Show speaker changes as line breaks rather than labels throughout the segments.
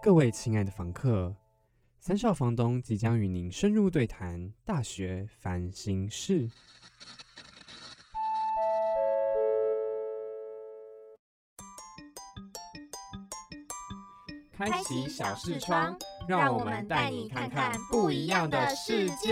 各位亲爱的房客，三少房东即将与您深入对谈大学烦心事。开
开启小视窗，让我们带你看看不一样的世界。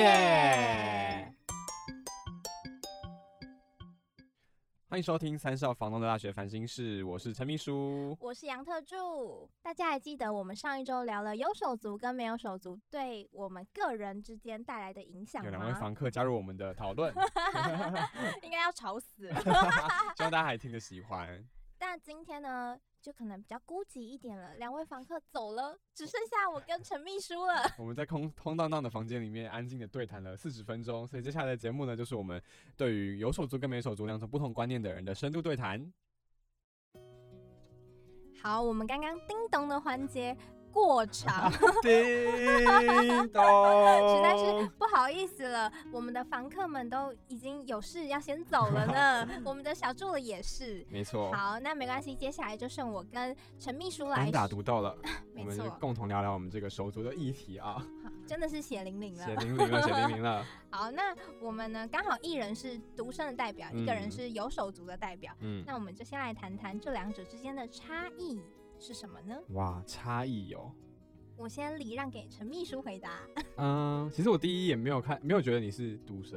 欢迎收听三少房东的大学烦心事，我是陈秘书。
我是杨特助，大家还记得我们上一周聊了有手足跟没有手足对我们个人之间带来的影响
有两位
吗？
房客加入我们的讨论，
应该要吵死了。
希望大家还听得喜欢。
但今天呢，就可能比较孤寂一点了，两位房客走了，只剩下我跟陈秘书了。
我们在空空荡荡的房间里面安静的对谈了四十分钟，所以接下来的节目呢，就是我们对于有手足跟没手足两种不同观念的人的深度对 谈。
好，我们刚刚叮咚的环节过长，
叮咚，
实在
哦
是不好意思了，我们的房客们都已经有事要先走了呢，我们的小助理也是。
没错，
好，那没关系，接下来就剩我跟陈秘书来
哦单，打独斗了。我
没
们就
错，
共同聊聊我们这个手足的议题啊，
真的是血淋淋
血
了。
淋 淋了，血淋淋了。
好，那我们呢，刚好一人是独生的代表，一个人
嗯
是有手足的代表，
嗯，
那我们就先来谈谈这两者之间的差异是什么呢？
哇，差异哦有、
我先礼让给陈秘书回答。
嗯，其实我第一眼没有看，没有觉得你是独生，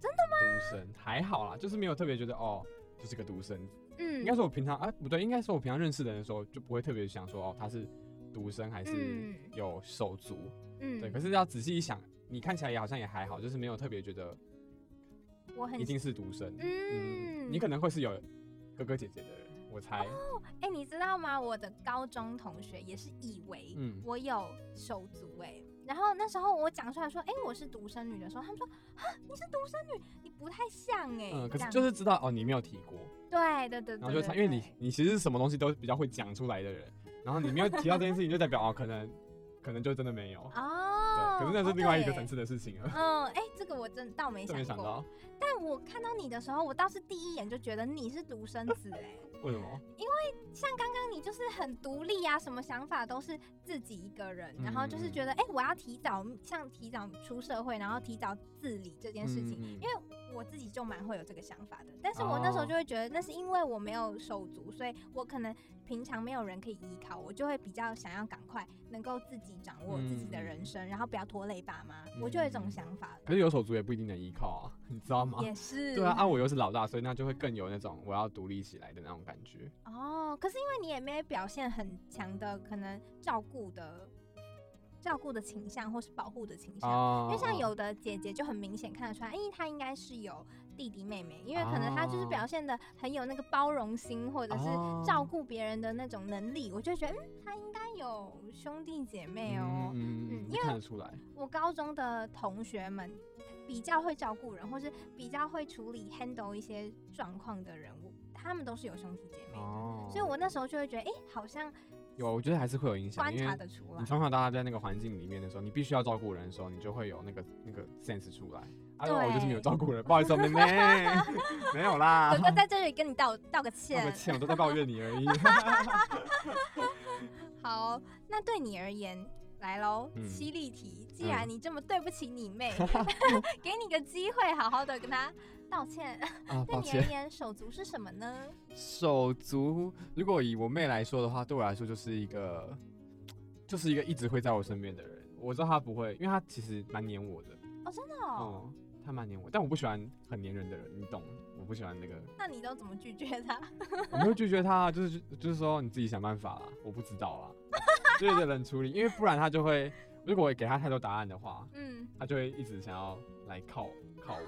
真的吗？独生还好啦，就是没有特别觉得哦，就是个独生。应
嗯
该说我平常啊，不对，应该说我平常认识的人的时候，就不会特别想说哦，他是独生还是
嗯
有手足。
嗯，
对，可是要仔细一想，你看起来也好像也还好，就是没有特别觉得
我很
一定是独生。
嗯，
你可能会是有哥哥姐姐的人，我猜。
哎、你知道吗？我的高中同学也是以为
嗯
我有手足哎、然后那时候我讲出来说，哎、我是独生女的时候，他们说啊，你是独生女，你不太像哎、
嗯，可
这
是
样
就是知道哦，你没有提过。
对对对对
然后就他，因为你你其实是什么东西都比较会讲出来的人，然后你没有提到这件事情，就代表哦，可能可能就真的没有。
哦，
对，可是那是另外一个层
次。
次的事情了，
嗯，哎、这个我真倒没
这没
想过。
想到，
但我看到你的时候，我倒是第一眼就觉得你是独生子哎、
为什么？
像刚刚你就是很独立啊，什么想法都是自己一个人，然后就是
嗯
觉得哎、诶我要提早像提早出社会，然后提早自理这件事情，
嗯嗯嗯
因为我自己就蛮会有这个想法的。但是我那时候
哦
就会觉得，那是因为我没有手足，所以我可能平常没有人可以依靠，我就会比较想要赶快能够自己掌握自己的
嗯嗯
人生，然后不要拖累爸妈，我就有这种想法
可是有手足也不一定能依靠啊， 你知道吗？
也是，
对啊，啊我又是老大，所以那就会更有那种我要独立起来的那种感觉。
哦，可是因为你也没有表现很强的可能照顾的照顾的倾向，或是保护的倾向。
哦
因为像有的姐姐就很明显看得出来，哎、她应该是有弟弟妹妹，因为可能她就是
哦
表现的很有那个包容心，或者是照顾别人的那种能力，我就觉得，嗯，她应该有兄弟姐妹哦。
嗯
嗯
嗯，
因为
看得出来，
我高中的同学们比较会照顾人，或是比较会处理 handle 一些状况的人物，他们都是有兄弟姐妹的。
哦
所以我那时候就会觉得，哎、好像
有，我觉得还是会有影响，
观
因
察
为
得出来
你。从小到大在那个环境里面的时候，你必须要照顾人的时候，你就会有那个那个 sense 出来。啊，
对
我就是没有照顾人，不好意思哦，妹 妹，没有啦，
哥哥在这里跟 你道道
啊道
个歉。
个歉，我都在抱怨你而已。
好，那对你而言，来喽，
嗯
犀利题。既然你这么对不起你妹， 给你个机会，好好的跟她道 歉。
啊，
对
抱
你而
歉。
言，手足是什么呢？
手足，如果以我妹来说的话，对我来说就是一个，就是一个一直会在我身边的人。我知道她不会，因为她其实蛮黏我的。
哦，真的哦。
嗯，她蛮黏我，但我不喜欢很黏人的人，你懂？我不喜欢那个，
那你都怎么拒绝她？
我没有拒绝她，就是就是说你自己想办法啦，我不知道啦， 就是得冷处理，因为不然她就会，如果我给她太多答案的话，
嗯，
她就会一直想要来靠靠我。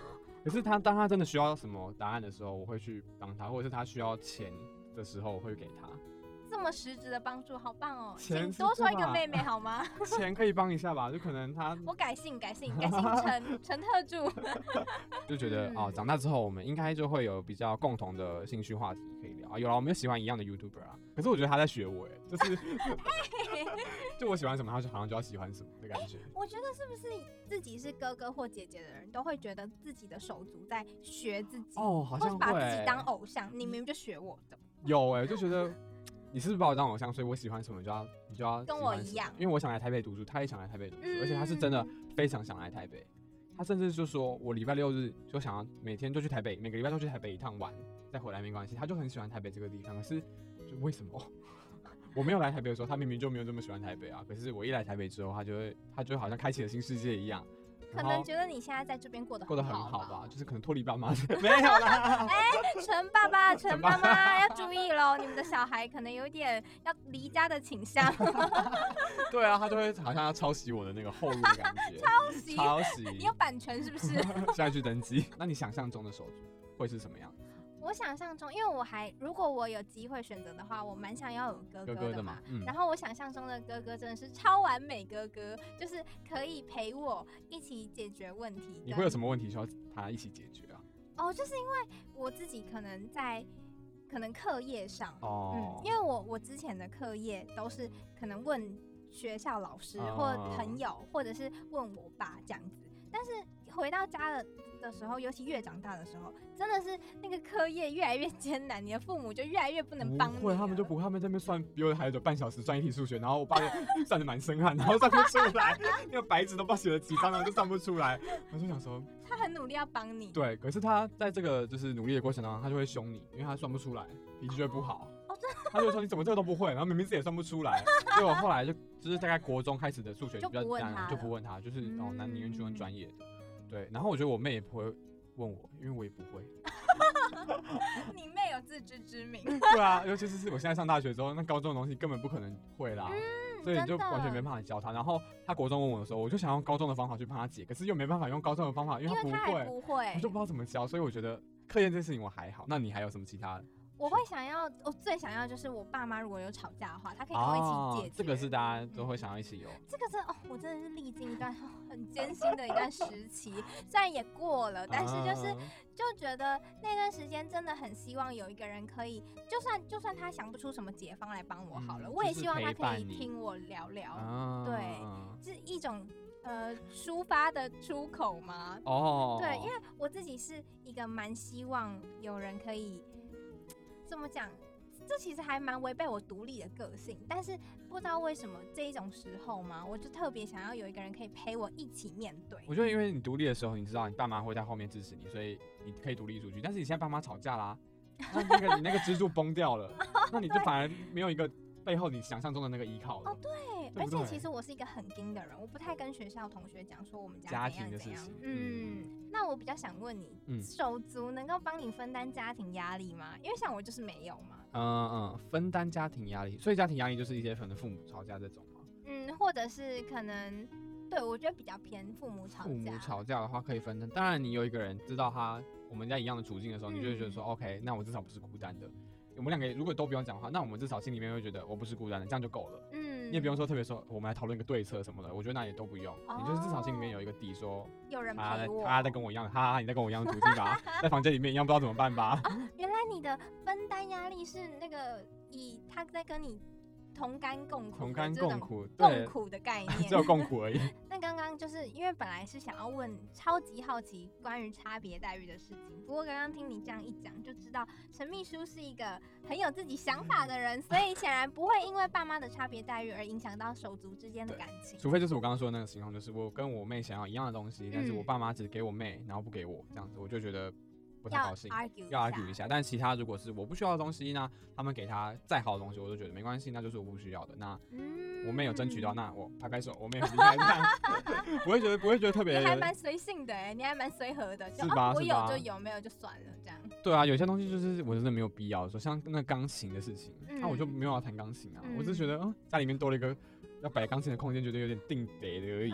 可是她当她真的需要什么答案的时候，我会去帮她，或者是她需要钱的时候，我会给她。这
这么实质的帮助，好棒哦！
钱
请
是
多收一
干
个
嘛
妹妹 好吗？
钱可以帮一下吧，就可能他
我改姓，改姓，改姓 陈陈特助。
就觉得哦
嗯，
长大之后我们应该就会有比较共同的兴趣话题可以聊啊。有了，我们就喜欢一样的 YouTuber 啊。可是我觉得他在学我，哎，就是就我喜欢什么，他就好像就要喜欢什么的感觉。
我觉得是不是自己是哥哥或姐姐的人都会觉得自己的手足在学自己，
哦好像
或是把自己
会
当偶像，你明明就学我的，
有哎，就觉得 你是不是把我当偶像，所以我喜欢什么你就要你就要
跟
喜
我
欢
一
什么
样嗯
因为我想来台北读书，他也想来台北读书，而且他是真的非常想来台北，他甚至就说我礼拜六日就想要每天就去台北，每个礼拜都去台北一趟玩，再回来没关系，他就很喜欢台北这个地方，可是就为什么？ 我没有来台北的时候，他明明就没有这么喜欢台北啊。可是我一来台北之后，他就会，他就好像开启了新世界一样。
可
然
能
后
觉得你现在在这边过得
过得很好
好
吧，？就是可能脱离爸妈 没有啦。
陈爸爸、陈
陈爸
妈妈要注意喽，你们的小孩可能有点要离家的 倾向，
对啊，他就会好像要抄袭我的那个后路的感 觉，
恭喜
抄袭。
你有版权是不是？
现在去登记。那你想象中的手足会是什么样？
我想象中，因为我还如果我有机会选择的话，我蛮想要有哥
哥
哥
哥
的
的
嘛
嘛。，嗯
然，后我想象中的哥哥真的是超完美哥哥，就是可以陪我一起解决问题。
你会有什
么？
么问题需要他一起解决啊？
哦，就是因为我自己可能在可能课业上，嗯
哦，，
因为我我之前的课业都是可能问学校老师
啊
或朋友，或者是问我爸这样子。但是回到家的的时候，尤其越长大的时候，真的是那个课业越来越艰难，你的父母就越来越不能帮你了。
不会，他们就不会，他们在那边算比我还久半小时算一题数学，然后我爸 就算的蛮深汗，然后算不出来，那个白纸都不知道写了几张，然后就算不出来。我就想说，
他很努力要帮你。
对，可是他在这个就是努力的过程当中，他就会凶你，因为他算不出来，脾气就会不好。
哦
他就会说你怎么这个都不会，然后明明自己也算不出 来，所以我后来就就是大概国中开始的数学
就
比较
不问
难
他
了，就不
了
问他，就是哦，那宁愿去问专
嗯
业的。对，然后我觉得我妹也不会问我，因为我也不会。
你妹有自知之明，
对啊，尤其是是我现在上大学之后，那高中的东西根本不可能会啦，所以你就
嗯真的
完全没办法教他。然后他国中问我的时候，我就想用高中的方法去帮他解，可是又没办法用高中的方法，因
因
为他
为
不
他还
会，
不会
我就。不知道怎么教。所以我觉得课业这件事情我还好。那你还有什么其他的？
我会想要，我最想要就是我爸妈如果有吵架的话，他可以跟我一起解决。
啊这个是大家都会想要一起有。
这个真的哦，我真的是历经一段 很艰辛的一段时期，虽然也过了，但是就是
啊
就觉得那段时间真的很希望有一个人可以，就算就算他想不出什么解方来帮我好了，
嗯
我也
就是
希望他
陪
可以
伴你
听我聊聊，
啊
哦对是一种呃抒发的出口吗？
哦，
对，因为我自己是一个蛮希望有人可以怎么讲，这其实还蛮违背我独立的个性。但是不知道为什么这一种时候嘛，我就特别想要有一个人可以陪我一起面对。
我觉得因为你独立的时候，你知道你爸妈会在后面支持你，所以你可以独立出去。但是你现在爸妈吵架啦，那那个你那个支柱崩掉 了，那你就反而没有一个背后你想象中的那个依靠了。
哦对，
对
而
不
且
对
其实我是一个很硬的人，我不太跟学校同学讲说我们家
家
怎
庭
样
的
怎
事
样
情。
嗯，那我比较想问你，
嗯
手足能够帮你分担家庭压力吗？因为像我就是没有嘛。
嗯嗯，分担家庭压力，所以家庭压力就是一些可能父母吵架这种嘛。
嗯，或者是可能，对我觉得比较偏父母吵架。
父母吵架的话可以分担，当然你有一个人知道他我们在一样的处境的时候，你就会觉得
嗯
说、OK，那我至少不是孤单的。我们两个如果都不用讲话，那我们至少心里面会觉得我不是孤单的，这样就够了。
嗯，
你也不用说特别说我们来讨论一个对策什么的，我觉得那也都不用，
哦
你就是至少心里面有一个底说
有人
他
陪
在
我。
他在跟我一样， 哈哈，你在跟我一样的处境吧，在房间里面一样不知道怎么办吧。
原来你的分担压力是那个以他在跟你同甘共苦，
同甘共，苦，
共
对，
苦的 概
只有
念。
共苦而 已。
那刚刚就是因为本来是想要问超级好奇关于差别待遇的事情，不过刚刚听你这样一讲，就知道陈秘书是一个很有自己想法的人，所以显然不会因为爸妈的差别待遇而影响到手足之间的
对
感情。
除非就是我刚刚说的那个情况，就是我跟我妹想要一样的东西，但是我
嗯
爸妈只给我妹，然后不给我，这样子我就觉得不太
要
高兴。
argue
要 argue
一
一
下，
下，但其他如果是我不需要的东西，那他们给他再好的东西，我都觉得没关系，那就是我不需要的。那
嗯
我妹有争 取到，那我拍拍手，我妹很厉害，这样 不会觉得不会觉得特别
你还蛮随性的哎、你还蛮随和的，就是哦
吧、
我
是
有
吧
就有，没有就算了这样。
对啊，有些东西就是我真的没有必要说，像那钢琴的事情，那、我就
嗯
没有要弹钢琴啊，我只是觉
嗯
得，嗯，家里面多了一个要摆钢琴的空间，觉得有点定得的而已，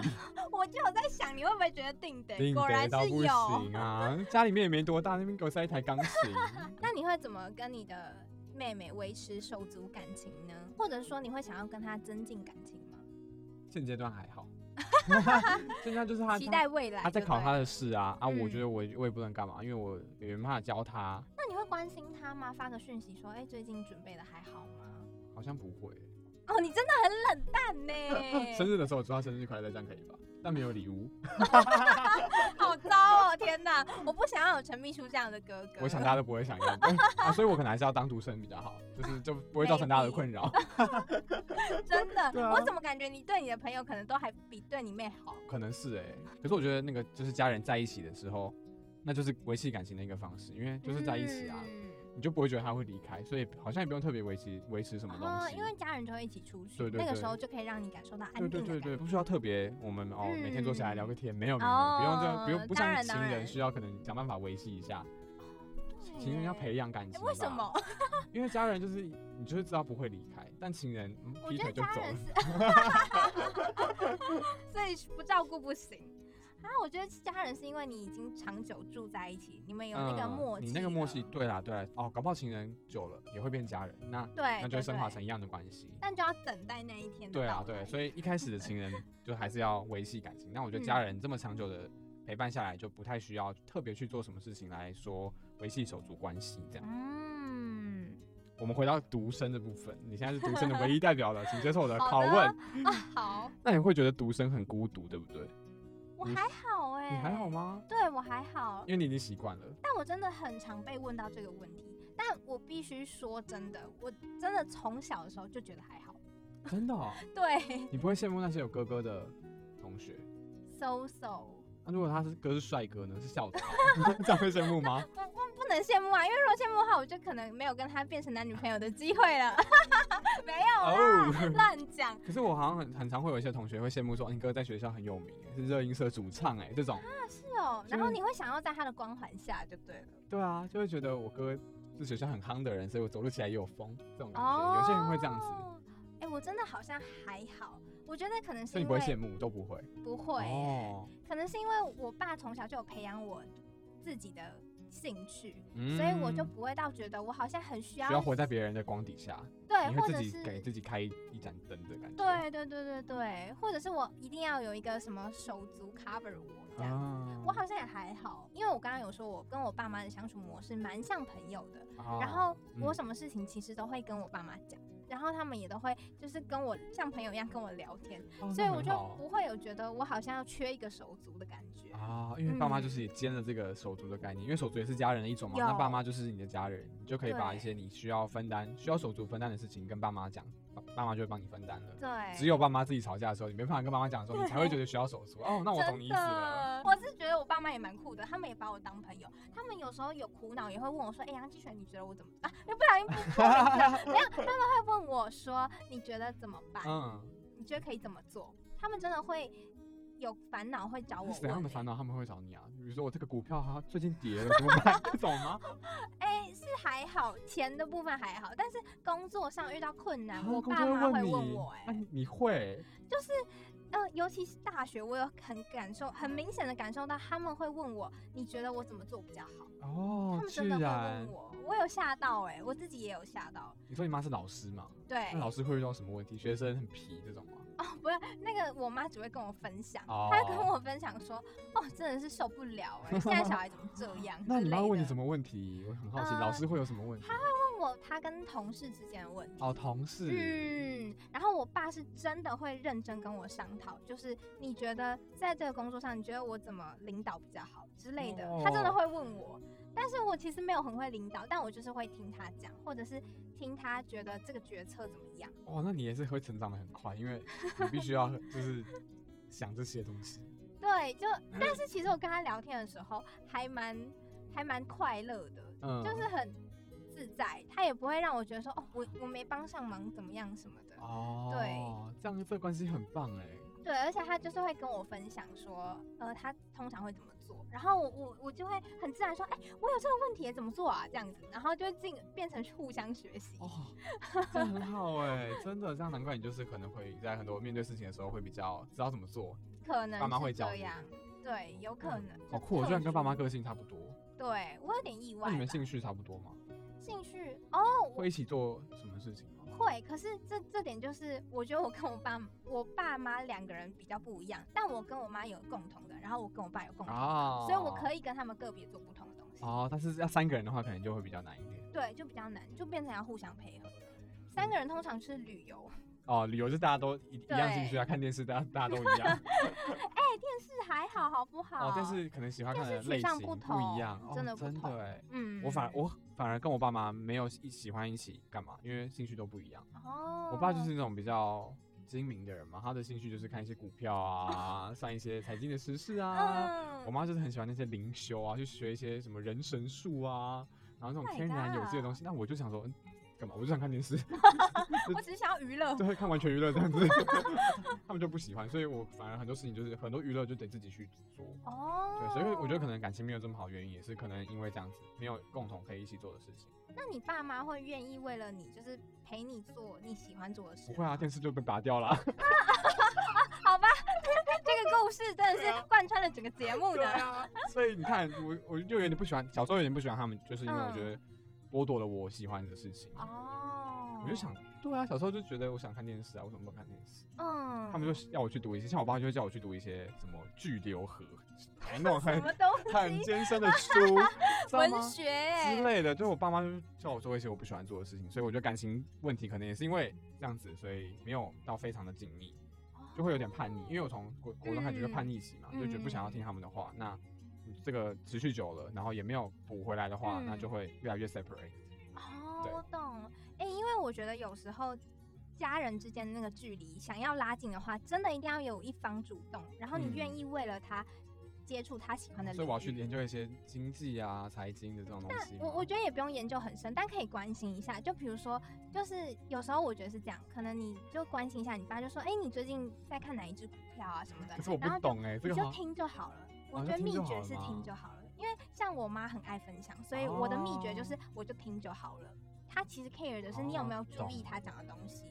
我就有在想，你会不会觉得定 的？
定
哎果然
得到
是
不
有。
行啊，家里面也没多大，那边给我塞一台钢 琴，
那你会怎么跟你的妹妹维持手足感情呢？或者说你会想要跟她增进感情吗？
现阶段还 好，现在就是他
期
他
待未来。
他在考他
她，
的试啊啊！我
嗯
觉得我也我也不能干嘛，因为我也没办法教他，
那你会关心她吗？发个讯息说，哎、最近准备的还好吗？
好像不会。
哦，你真的很冷淡呢、
生日的时候我祝他生日快乐，这样可以吧？但没有礼物。
好糟哦！天哪，我不想要有陈秘书这样的哥哥。
我想大家都不会 想要、哎啊，所以我可能还是要当独生比较好，就是就不会造成大家的困扰。
真 的，
对啊
我怎么感觉你对你的朋友可能都还比对你妹好？
可能是哎、可是我觉得那个就是家人在一起的时候，那就是维系感情的一个方式，因为就是在一起啊，
嗯
你就不会觉得他会离开，所以好像也不用特别维持维持什么东
哦，
西。
因为家人就会一起出去，
对对
那个
对
时候就可以让你感受到安
对
定的
对
感觉。
对对，不需要特别我们哦、每天坐下来聊个天，没有没有，
哦
不用这样，不用不
当
像
然
情
当
人
然
需要可能想办法维系一下，
对
情人要
耶
培养感
哎
情。
为什么？？
因为家人就是你就是知道不会离开，但情人、嗯
我
劈
觉
腿
得
就
家
走
人
了。
是， 所以不照顾不行啊。我觉得家人是因为你已经长久住在一起，你们有那个默
嗯
契、
你那个默契，，对啦对啦，哦，搞不好情人久了也会变家人，那
对，
那就会
对
升华
对
成一样的关系。
但就要等待那一天的
对啊
到来
对，所以一开始的情 人就还是要维系感情。那我觉得家
嗯
人这么长久的陪伴下来，就不太需要特别去做什么事情来说维系手足关系这样。
嗯，
我们回到独生的部分，你现在是独生的唯一代表了，请接受我的
好
呃拷
的
问。
啊，好，
那你会觉得独生很孤独，对不对？
我
你
还好哎、
你还好？吗？
对我还好
因，为你已经习惯了。
但我真的很常被问到这个问题。但我必须说真的，我真的从小的时候就觉得还好。
真的、哦，
对
你不会羡慕那些有哥哥的同学？
，so so。
那、如果他是哥是帅哥呢？是校草，这样会羡慕吗？
不不不能羡慕啊，因为如果羡慕的话，我就可能没有跟他变成男女朋友的机会了。 没有啦， 乱讲。
哦 可是我好像很很常会有一些同学会羡慕说，你哥在学校很有名，欸是热音社主唱哎，这种。
是哦，然
就
后
是
你会想要在他的光环下就对了。
对啊，就会觉得我哥是学校很夯的人，所以我走路起来也有风，这种感觉。
哦，
有些人会这样子，。
哎、我真的好像还好，我觉得可能是
所以你
因
不会
为
羡慕，都不会。
不会耶、
哦，
可能是因为我爸从小就有培养我自己的兴趣，
嗯
所以我就不会到觉得我好像很需要
需要活在别人的光底下，
对，
你
或
会
者
自己
是
给自己开一一盏灯的感觉。
对对对对对，或者是我一定要有一个什么手足 cover 我这样。
啊
我好像也还好，因为我刚刚有说，我跟我爸妈的相处模式蛮像朋友的。
啊
然后我
嗯
什么事情其实都会跟我爸妈讲，然后他们也都会就是跟我像朋友一样跟我聊天，
哦那
所以
很
我就
好
不会有觉得我好像要缺一个手足的感觉。
啊，因为爸妈就
嗯
是也兼了这个手足的概念，因为手足也是家人的一种嘛。那
有
爸妈就是你的家人，你就可以把一
对
些你需要分担、需要手足分担的事情跟爸妈讲，爸爸妈就会帮你分担了。
对，
只有爸妈自己吵架的时候，你没办法跟爸妈讲的时候，你才会觉得需要手足。哦，那我懂你意思
真
了。
的，我是觉得我爸妈也蛮酷的，他们也把我当朋友。他们有时候有苦恼也会问我说：“哎、杨继璇，你觉得我怎么办？”又、不小心不说名字，没有，他们会问我说：“你觉得怎么办？
嗯，
你觉得可以怎么做？”他们真的会有烦恼会找我
是怎样
问、
的
欸
烦。恼他们会找你啊？比如说我这个股票它最近跌了，怎么办？这种 吗？
哎、是还好，钱的部分还好，但是工作上遇到困难，
啊
我
公
爸
司
妈会
问你啊
问我、哎、
那你你会？
就是，嗯、尤其是大学，我有很感受，很明显的感受到他们会问我，你觉得我怎么做比较好？
哦
他，们
居
真的会
然
问！我，我有吓到哎、我自己也有吓到。
你说你妈是老师嘛？
对，
那老师会遇到什么问题？学生很皮这种吗？
不是那个我妈只会跟我分享，
哦？
她会跟我分享说，哦，真的是受不了哎、现在小孩怎么这样
那你妈问你什
么？
么问题？我很好奇，老
呃
师会有什么问题？
问我她跟同事之间的问题。
哦，同事，
嗯，然后我爸是真的会认真跟我商讨，就是你觉得在这个工作上，你觉得我怎么领导比较好之类的，他真的
哦
会问我。但是我其实没有很会领导，但我就是会听他讲，或者是听他觉得这个决策怎么样。
哇，哦那你也是会成长的很快，因为你必须要就是想这些东西。
对，就
嗯
但是其实我跟他聊天的时候还蛮还蛮快乐的，
嗯，
就是很自在，他也不会让我觉得说哦，我我没帮上忙怎么样什么的。
哦，这样这关系很棒 哎。
对，而且他就是会跟我分享说，呃，他通常会怎么做，然后我我我就会很自然说，哎、我有这个问题怎么做啊？这样子，然后就会进变成互相学习。
哦，这样很好哎，真的，这样难怪你就是可能会在很多面对事情的时候会比较知道怎么做。
可能
爸妈
是
会教
这
你
样，对，有可能。
好
就
酷哦，
特
居然跟爸
殊
妈个性差不多。
对我有点意外
那你们
吧
兴趣差不多吗？
兴趣哦，我
会一起做什么事情吗？
会，可是这这点就是，我觉得我跟我爸我爸妈两个人比较不一样，但我跟我妈有共同的，然后我跟我爸有共同，
啊，
所以我可以跟他们个别做不同的东西。
哦，但是要三个人的话，可能就会比较难一点。嗯
对，就比较难，就变成要互相配合。三个人通常是旅游，
哦，旅游就大家都一一样兴趣啊，
对
看电视大家大家都一样
是还好，好不 好？
哦，但是可能喜欢看的
电视取
类
向
型
不
一样，
同
哦
真
真
的不同
哎，
嗯，
我反我反而跟我爸妈没有一喜欢一起干嘛，因为兴趣都不一样。
哦，
我爸就是那种比较精明的人嘛，他的兴趣就是看一些股票啊，上一些财经的时事啊。
嗯，
我妈就是很喜欢那些灵修啊，去学一些什么人神术啊，然后那种
Oh My
天然有机的东西。那我就想说，嗯，干嘛？我就想看电视，
我只是想要娱 乐
就，会看完全娱乐这样子。他们就不喜欢，所以我反而很多事情就是很多娱乐就得自己去做。
哦，
对，所以我觉得可能感情没有这么好，原因也是可能因为这样子没有共同可以一起做的事情。
那你爸妈会愿意为了你，就是陪你做你喜欢做的事
不
吗？
会啊，电视就被拔掉了。
好吧，这个故事真的是贯穿了整个节目
啊对
的。
啊，所以你看，我我就有点不喜欢，小时候有点不喜欢他们，就是因为我觉得剥夺了我喜欢的事情。
嗯哦，
我就想，对啊，小时候就觉得我想看电视啊，为什么不看电视？
嗯，
他们就要我去读一些，像我爸就会叫我去读一些什么巨流 河，还那种
什
很
么都
很 艰深的 书，知道吗
文学欸
之类的。就是我爸妈就叫我做一些我不喜欢做的事情，所以我觉得感情问题可能也是因为这样子，所以没有到非常的紧密。
哦
就会有点叛逆，因为我从国国中开始就
嗯
叛逆期嘛，就觉得不想要听他们的话。那你这个持续久了，然后也没有补回来的话，
嗯
那就会越来越 separate。
哦，
对
我懂了。哎、因为我觉得有时候家人之间的那个距离，想要拉近的话，真的一定要有一方主动，然后你
嗯
愿意为了他接触他喜欢的、
所以我要去研。究一些经济啊、财经的这种东西嘛。
我我觉得也不用研究很深，但可以关心一下。就比如说，就是有时候我觉得是这样，可能你就关心一下你爸，就说：“哎、你最近在看哪一只股票啊什么的
可。是我”不
然后就
懂哎、这
你
个
就
好
听就好了。我
哦就
觉得
听
秘
就好
诀
了
是
吗
听就好了，因为像我妈很爱分享，所以我的秘诀就是
哦
我就听就好了。她其实 care 的是你有没有
哦
注
懂
意她讲的东西，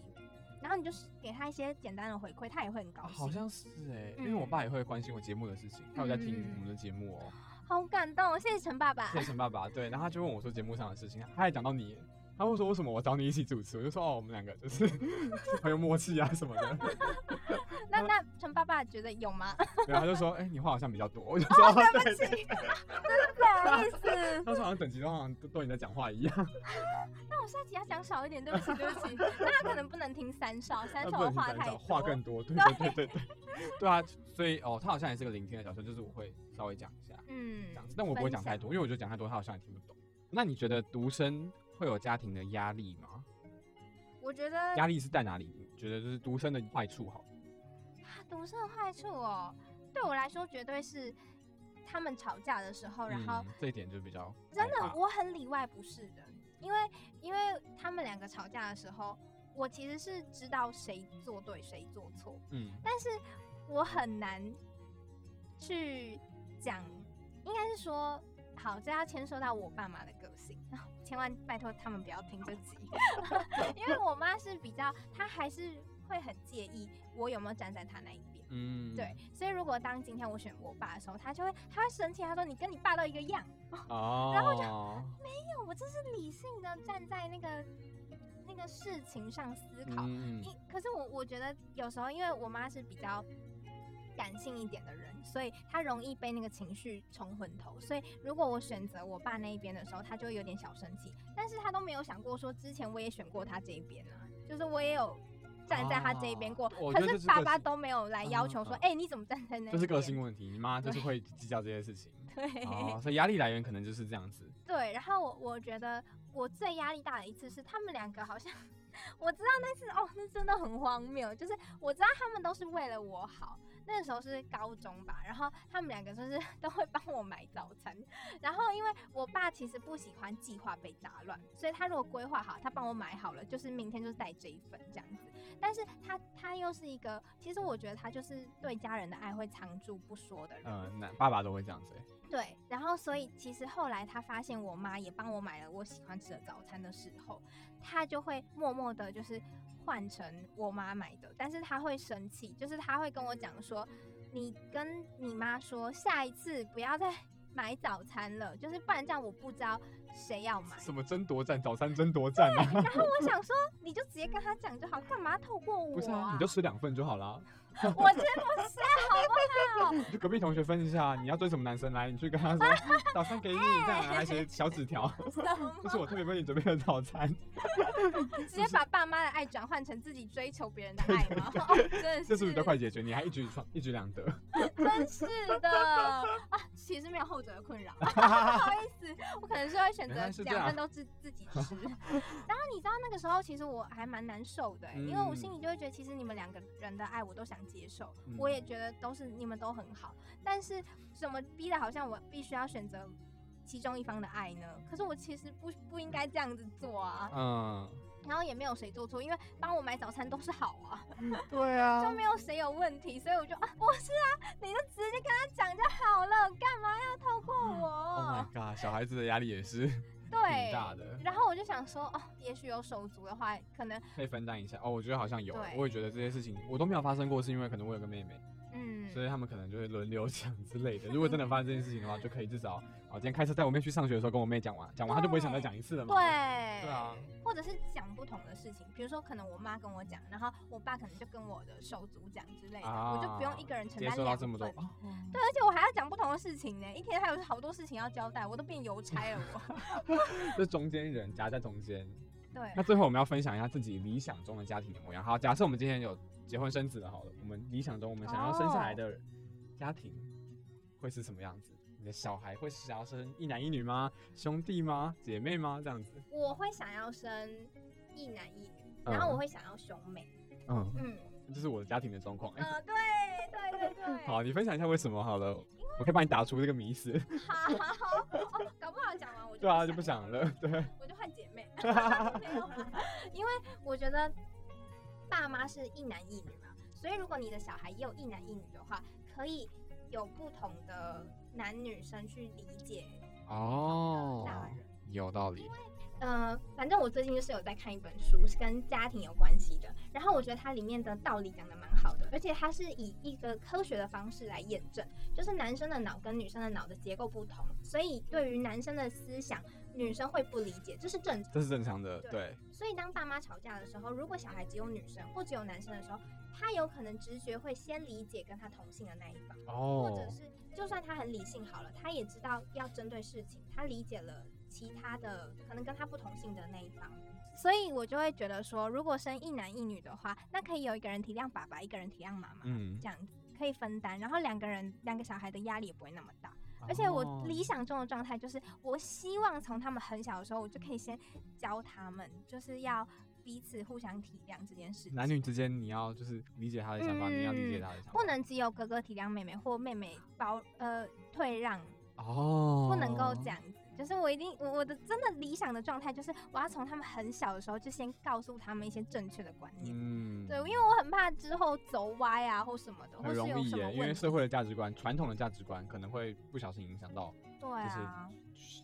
然后你就是给她一些简单的回馈，她也会很高
啊
兴。
好像是哎、因为我
嗯
爸也会关心我节目的事情，他有在听
嗯
我们的节目哦、
好感动，谢谢陈爸爸
谢。谢陈爸爸，对，然后他就问我说节目上的事情，他还讲到你欸，他会说为什么我找你一起主持，我就说哦，我们两个就是 很有默契啊什么的。
那那陈爸爸觉得有吗？
然后他就说：“哎、你话好像比较多。”我就说：“ 哦、对对 对。
不好意 思，
他说：“好像整集都好像都都你在讲话一样，
那我下集要讲少一点，对不起对不起。那他可能不能听三少，三
他
少
呃不
的
能听
话
咱
太
讲
多。
话更多。”对对对对对，对啊，所以哦，他好像也是个聆听的角色，就是我会稍微讲一下这
嗯，
样子，但我不会讲
分
太
享
多，因为我觉得讲太多他好像也听不懂。那你觉得独生会有家庭的压力吗？
我觉得
压力是在哪里？你觉得就是独生的坏处好了？
独生的坏处哦，对我来说绝对是他们吵架的时候，哦然后
嗯、这一点就比较
真
害
的
怕
我很里外不是人，因为因为他们两个吵架的时候，我其实是知道谁做对谁做错，
嗯
但是我很难去讲，应该是说。好，这要牵涉到我爸妈的个性， 千万拜托他们不要听这集， 因为我妈是比较，她还是会很介意我有没有站在她那一边。
嗯
对，所以如果当今天我选我爸的时候，他就会他会生气，他说你跟你爸都一个样，
哦，
然后就
就
因为我这是理性的站在那个那个事情上思考。
嗯
因可是我我觉得有时候，因为我妈是比较感性一点的人，所以她容易被那个情绪冲昏头。所以如果我选择我爸那一边的时候，她就会有点小生气，但是她都没有想过说之前我也选过他这一边啊，就是我也有。站在他这一边过，
啊我觉
可
得这
是
是
爸
个
爸
性
都没有来要求说，
嗯嗯
哎、你怎么站在那一边？
就是个性问题，你妈就是会计较这些事 情。
对，
哦，所以压力来源可能就是这样子。
对，然后我我觉得我最压力大的一次是他们两个好像， 我知道那次哦，那真的很荒谬，就是我知道他们都是为了我好，那个时候是高中吧，然后他们两个就是 都会帮我买早餐，然后因为我爸其实不喜欢计划被打乱，所以他如果规划好，他帮我买好了，就是明天就是带这一份这样子，但是他他又是一个，其实我觉得他就是对家人的爱会藏住不说的人，
呃，那爸爸都会这样子欸、
对，然后所以其实后来他发现我妈也帮我买了我喜欢吃的早餐的时候，他就会默默的，就是换成我妈买的，但是他会生气，就是他会跟我讲说，你跟你妈说下一次不要再 买早餐了，就是不然这样我不知道谁要买。
哎什么争夺战，早餐争夺战 啊？
然后我想说，你就直接跟他讲就好，干嘛透过我、
啊
啊
不是啊，你就吃两份就好啦。
我吃不下，好不好？
就隔壁同学分一下，你要追什么男生来，你去跟他 说，早餐给你，
哎
再拿一些小纸条，
什么
这是我特别为你准备的早餐，
直接把爸妈的爱转换成自己追求别人的爱吗？哦真的是，
这是不是比较快解决？你还一举双一举 两得，
真是的啊， 其实没有后者的困扰， 不好意思，我可能是会选择
原来是这样
两份都自自己 吃。然后你知道那个时候，其实我还蛮难受的欸、
嗯
因为我心里就会觉得，其实你们两个人的爱我都想接受，
嗯
我也觉得都是你们都很好，但是怎么逼的，好像我必须要选择其中一方的爱呢？可是我其实不不应该这样子做啊。
嗯，
然后也没有谁做错，因为帮我买早餐都是好啊，
对啊
就没有谁有问题，所以我就啊，不是啊，你就直接跟他讲就好了，干嘛要透过
，Oh
我
my？god，小孩子的压力也是挺
对，
大的，
然后我就想说，哦，也许有手足的话，可能
可以分担一下。哦，我觉得好像有，
对
我也觉得这些事情我都没有发生过，是因为可能我有个妹妹，
嗯，
所以他们可能就会轮流 讲之类的。如果真的发生这件事情的话，就可以至少啊，今天开车带我妹去上学的时候，跟我妹讲完，讲完她就不会想再讲一次了嘛。
对，
对啊，
或者是讲不同的事情，比如说可能我妈跟我讲，然后我爸可能就跟我的手足讲之类的，
啊，
我就不用一个人承
接
担
受
两
到这
份
么多，哦
对，而且我还要讲不同的事情呢，一天还有好多事情要交代，我都变邮差了 我。
这中间人夹在中间。
对
那，最后我们要分享一下自己理想中的家庭的模样。好，假设我们今天有结婚生子了，好了，我们理想中我们想要生下
哦
来的家庭会是什么样子？你的小孩会是想要生一男一女吗？兄弟吗？姐妹吗？这样子？
我会想要生一男一女，然后我会想要兄妹。
嗯，
嗯，
这是我的家庭的状况、欸。
呃，对对对 对，
好，你分享一下为什么好了，我可以帮你打出这个迷 思。
好，好，哦，搞不好讲完我就
对啊，就不想了。对，
我就换姐 妹， 没有啦因为我觉得爸妈是一男一女嘛，所以如果你的小孩也有一男一女的话，可以有不同的男女生去理解
哦
大人。
有道理。
呃，反正我最近就是有在看一本书，是跟家庭有关系的。然后我觉得它里面的道理讲的蛮好的，而且它是以一个科学的方式来验证，就是男生的脑跟女生的脑的结构不同，所以对于男生的思想，女生会不理解，这是正常。
这是正常的，
对
对，
所以当爸妈吵架的时候，如果小孩只有女生或只有男生的时候，他有可能直觉会先理解跟他同性的那一方，或
哦
者是就算他很理性好了，他也知道要针对事情，他理解了其他的可能跟他不同性的那一方。所以我就会觉得说，如果生一男一女的话，那可以有一个人体谅爸爸，一个人体谅妈妈，
嗯
这样子可以分担，然后两个人两个小孩的压力也不会那么大。
哦
而且我理想中的状态就是，我希望从他们很小的时候，我就可以先教他们，就是要彼此互相体谅这件事情。
男女之间，你要就是理解他的想法，你要理解
嗯
他的想法，
不能只有哥哥体谅妹妹，或妹妹包呃退让，
哦，
不能够这样子。就是我一定，我我的真的理想的状态就是，我要从他们很小的时候就先告诉他们一些正确的观念。
嗯，
对，因为我很怕之后走歪啊，或什么的，或
很
是
容
有
易
什么
耶，因为
问题。
社会的价值观、传统的价值观可能会不小心影响到
对啊，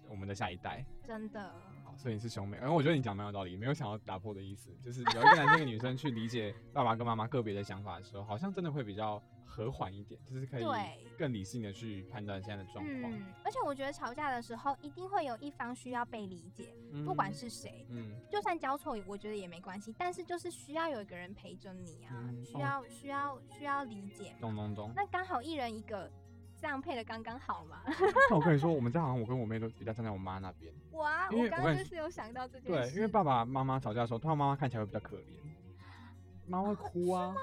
我们的下一代。
真的。
好，所以你是兄妹，然后哎我觉得你讲蛮有道理，没有想要打破的意思，就是有一个男生跟女生去理解爸爸跟妈妈个别的想法的时候，好像真的会比较和缓一点，就是可以
对
更理性的去判断现在的状况。
嗯，而且我觉得吵架的时候一定会有一方需要被理解，不管
嗯
是谁，
嗯
就算交错，我觉得也没关系。但是就是需要有一个人陪着你啊，
嗯
需要、需要需要理解嘛。
咚咚咚，
那刚好一人一个，这样配的刚刚好嘛。
那我跟你说，我们家好像我跟我妹都比较站在我妈那边。
我啊，
因为
我刚
我
刚
跟
就是有想到这件
对
事，，
因为爸爸妈妈吵架的时候，他妈妈看起来会比较可怜，妈
哦
妈会哭啊，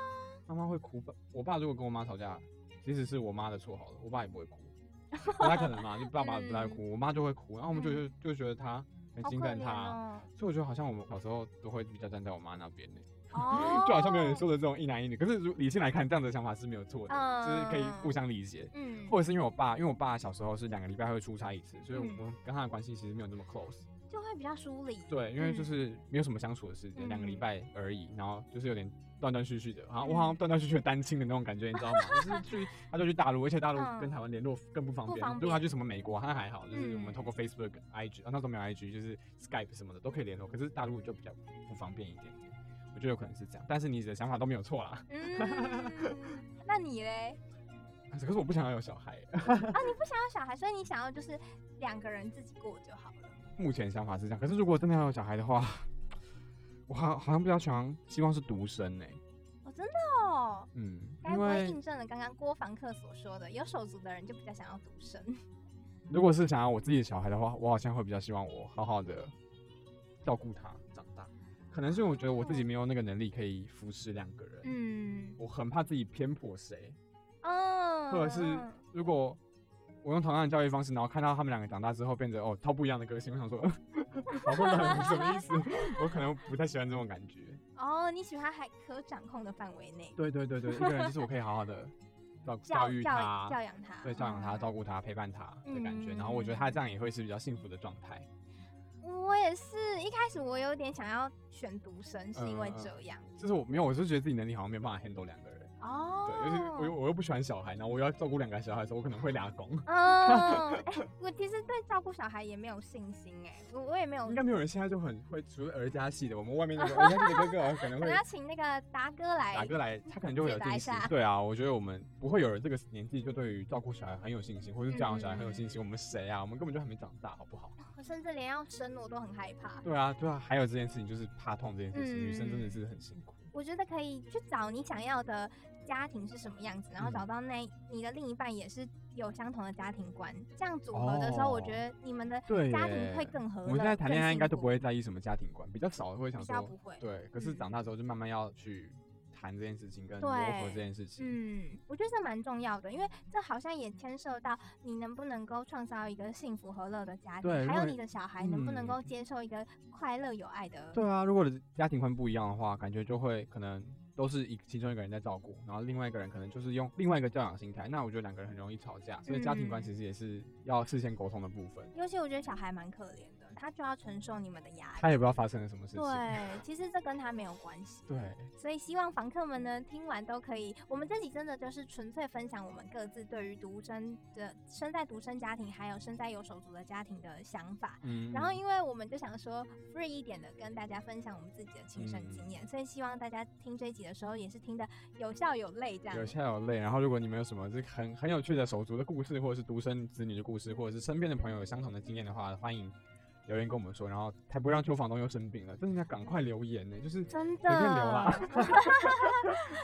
妈妈会哭。爸我爸如果跟我妈吵架，即使是我妈的错好了，我爸也不 会哭，不太可能嘛，就爸爸不太会哭，我妈就会哭，然后我们就就就觉得他很
嗯好可
心疼
怜
他，
哦。
所以我觉得好像我们小时候都会比较站在我妈那边呢，
哦
就好像没有人，说的这种一男一女，可是如理性来看，这样的想法是没有错的，就是可以互
嗯
相理解。
嗯，
或者是因为我爸，因为我爸小时候是两个礼拜会出差一次，所以我
嗯
们跟他的关系其实没有那么 close。
就会比较疏离。
对，因为就
嗯
是没有什么相处的时间，两、个礼
嗯
拜而已，然后就是有点断断续续的，好像我好像断断续续的单亲的那种感觉，你知道吗？ 就是去他就去大陆，而且大陆跟
嗯
台湾联络更不方
不
便。
方
如果他
便
去什么美国，他还好，就是我们
嗯
透过 Facebook、IG，啊那时候没有 IG，就是 Skype 什么的都可以联络，可是大陆就比较不方便一点点。我觉得有可能是这样，但是你的想法都没有错啦。
嗯，那你嘞？
可是我不想要有小孩，
啊，你不想要小孩，所以你想要就是两个人自己过就好了。
目前想法是这样。可是如果真的要有小孩的 话，我好好像比较喜欢，希望是独生哎、
哦，真的哦。哦，
嗯，
该
因
不会
为
印证了刚刚郭房客所说的，有手足的人就比较想要独生？
如果是想要我自己的小孩的话，我好像会比较希望我好好的照顾他长大。可能是因为我觉得我自己没有那个能力可以服侍两个人，
嗯，
我很怕自己偏颇谁。
哦，
或者是如果我用同样的教育方式，然后看到他们两个长大之后变成哦超不一样的个性，我想说，好混乱，啊什么意思？ 我可能不太喜欢这种感觉。
哦，你喜欢还可掌控的范围内
对对对对，一个人就是我可以好好的照
教
教育
教
他，
教养他，
对，教养他，
嗯
照顾他，陪伴他的感觉。然后我觉得他这样也会是比较幸福的状态。
我也是一开始我有点想要选独生，是因为
嗯嗯嗯
这样、
就是我没有，我是觉得自己能力好像没有办法 handle 两个人。
哦。
对，尤其我又我又不喜欢小孩，然后我又要照顾两个小孩的时候，我可能会俩公。
嗯，哎、我其实对照顾小孩也没有信心哎、我我也没有
应，该没有人现在就很会，除了儿家系的，我们外面那 个儿家系的哥哥可能
可
会
能要请那个达哥来，
打哥来，他可能就会有
解答一
信心
下。
对啊，我觉得我们不会有人这个年纪就对于照顾小孩很有信心，或者是教养小孩很有信
嗯
心。我们谁啊？我们根本就还没长大，好不好？
我甚至连要生我都很害怕。
对啊，对啊。还有这件事情就是怕痛这件事情，
嗯
女生真的是很辛苦。
我觉得可以去找你想要的家庭是什么样子，然后
嗯
找到那你的另一半也是有相同的家庭观，这样组合的时候，我
哦
觉得你们的
对
家庭
耶
会更合
我
乐。
们现在谈恋爱应该
更
都
幸
不
福
会在意什么家庭观，比较少会想
比较
说
不，会。
对。可是
嗯
长大之后就慢慢要去谈这件事情，跟
对
磨合这件事情。
嗯，我觉得这蛮重要的，因为这好像也牵涉到你能不能够创造一个幸福和乐的家
对
庭，
如
还有
果
你的小孩能不能
嗯
够接受一个快乐有爱的。
对啊，如果你的家庭观不一样的话，感觉就会可能都是一其中一个人在照顾，然后另外一个人可能就是用另外一个教养心态，那我觉得两个人很容易吵架，所以家庭观
嗯
其实也是要事先沟通的部分，
尤其我觉得小孩蛮可怜的，他就要承受你们的压
他
力。
也不知道发生了什么事情。
对，其实这跟他没有关系。
对，
所以希望房客们呢听完都可以，我们这集真的就是纯粹分享我们各自对于独生的生在独生家庭，还有生在有手足的家庭的想法。
嗯。
然后，因为我们就想说 free 一点的跟大家分享我们自己的亲身
嗯
经验，所以希望大家听这一集的时候也是听得有笑有泪这样
有。笑有泪，然后如果你们有什么这个很很有趣的手足的故事，或者是独生子女的故事，或者是身边的朋友有相同的经验的话，欢迎留言跟我们说，然后才不会让邱房东又生病了，真的要赶快留言呢、就是
真
便留
的
啦，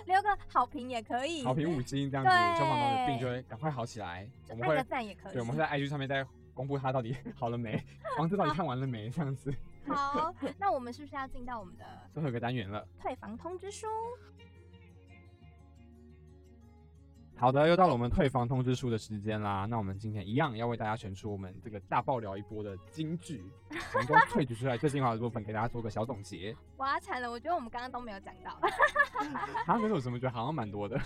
留个好评也可以，
好评五星这样子，邱房东的病
对
就会赶快好起来，我
就
们
按个
会
赞也可以。
对，我们会在 IG 上面再公布他到底 好了没，房子到底看完了没，这样子。
好，那我们是不是要进到我们的
最后一个单元了，
退房通知书？
好的，又到了我们退房通知书的时间啦。那我们今天一样要为大家选出我们这个大爆聊一波的金句，从中萃取出来最精华的部分，给大家做个小总结。
哇，惨了，我觉得我们刚刚都没有讲到。
啊，可是我怎么觉得好像蛮多的？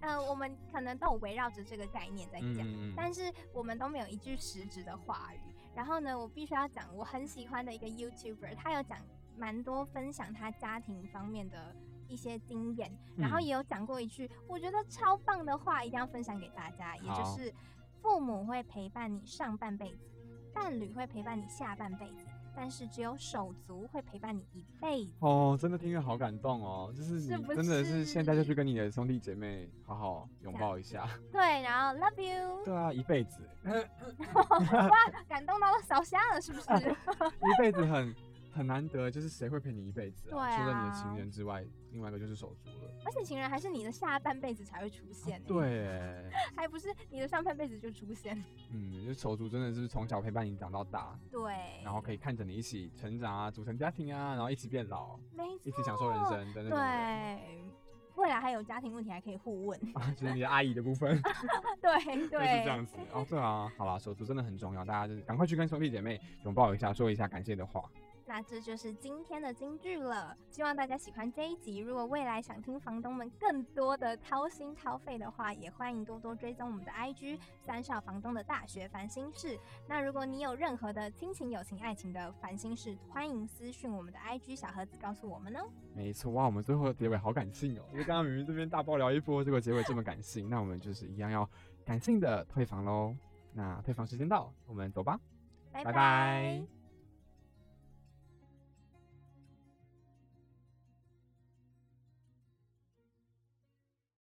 呃，我们可能都有围绕着这个概念在讲，
嗯嗯嗯，
哎 但是我们都没有一句实质的话语。然后呢，我必须要讲我很喜欢的一个 YouTuber，他有讲蛮多分享他家庭方面的一些经验，然后
嗯
也有讲过一句我觉得超棒的话，一定要分享给大家，也就
好
是父母会陪伴你上半辈子，伴侣会陪伴你下半辈子，但是只有手足会陪伴你一辈子。
哦，真的听着好感动哦，就是你
是不
真的是现在就是去跟你的兄弟姐妹好好拥
这样
抱一下。
对，然后 Love you，
对啊，一辈子，
哇，感动到都烧瞎了，是不是？
啊一辈子很很难得，就是谁会陪你一辈子
对
啊？除了你的
啊
情人之外，另外一个就是手足了。
而且情人还是你的下半辈子才会出现、欸，，
对耶，
还不是你的上半辈子就出现。
嗯，就手足真的是从小陪伴你长到大，
对，
然后可以看着你一起成长啊，组成家庭啊，然后一起变老，
没错，
一起享受人生的那种人。
对，未来还有家庭问题还可以互问。
啊， 就是你的阿姨的部分， 就
对
是这
对，
样子。哦，对啊，好啦，手足真的很重要，大家就是赶快去跟兄弟姐妹拥抱一下，说一下感谢的话。
那这就是今天的金句了。希望大家喜欢这一集。如果未来想听房东们更多的掏心掏肺的话，也欢迎多多追踪我们的 IG 三少房东的大学烦心事。那如果你有任何的亲情、友情、爱情的烦心事，欢迎私讯我们的 IG 小盒子告诉我们哦。
没错，哇，我们最后的结尾好感性哦，因为刚刚明明这边大爆聊一波，结果结尾这么感性，那我们就是一样要感性的退房喽。那退房时间到，我们走吧。拜
拜拜
拜